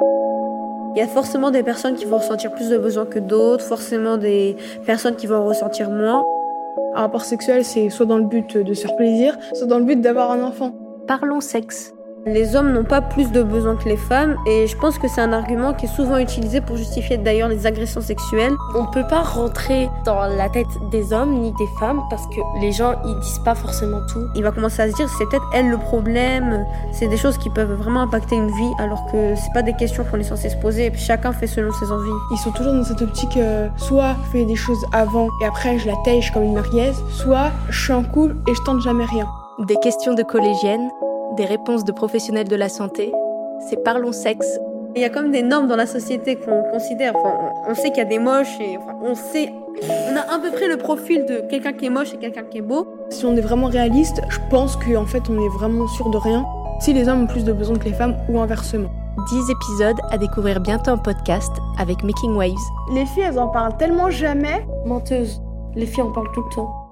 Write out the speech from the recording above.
Il y a forcément des personnes qui vont ressentir plus de besoins que d'autres, forcément des personnes qui vont en ressentir moins. Un rapport sexuel, c'est soit dans le but de se faire plaisir, soit dans le but d'avoir un enfant. Parlons sexe. Les hommes n'ont pas plus de besoins que les femmes et je pense que c'est un argument qui est souvent utilisé pour justifier d'ailleurs les agressions sexuelles. On ne peut pas rentrer dans la tête des hommes ni des femmes parce que les gens ils disent pas forcément tout. Il va commencer à se dire c'est peut-être elle le problème, c'est des choses qui peuvent vraiment impacter une vie alors que c'est pas des questions qu'on est censé se poser et puis chacun fait selon ses envies. Ils sont toujours dans cette optique euh, soit je fais des choses avant et après je la tèche comme une merguez, soit je suis en couple et je tente jamais rien. Des questions de collégiennes des réponses de professionnels de la santé, c'est parlons sexe. Il y a comme des normes dans la société qu'on considère. Enfin, on sait qu'il y a des moches et enfin, on sait, on a à peu près le profil de quelqu'un qui est moche et quelqu'un qui est beau. Si on est vraiment réaliste, je pense qu'en fait on est vraiment sûr de rien. Si les hommes ont plus de besoins que les femmes ou inversement. 10 épisodes à découvrir bientôt en podcast avec Making Waves. Les filles, elles en parlent tellement jamais. Menteuse. Les filles en parlent tout le temps.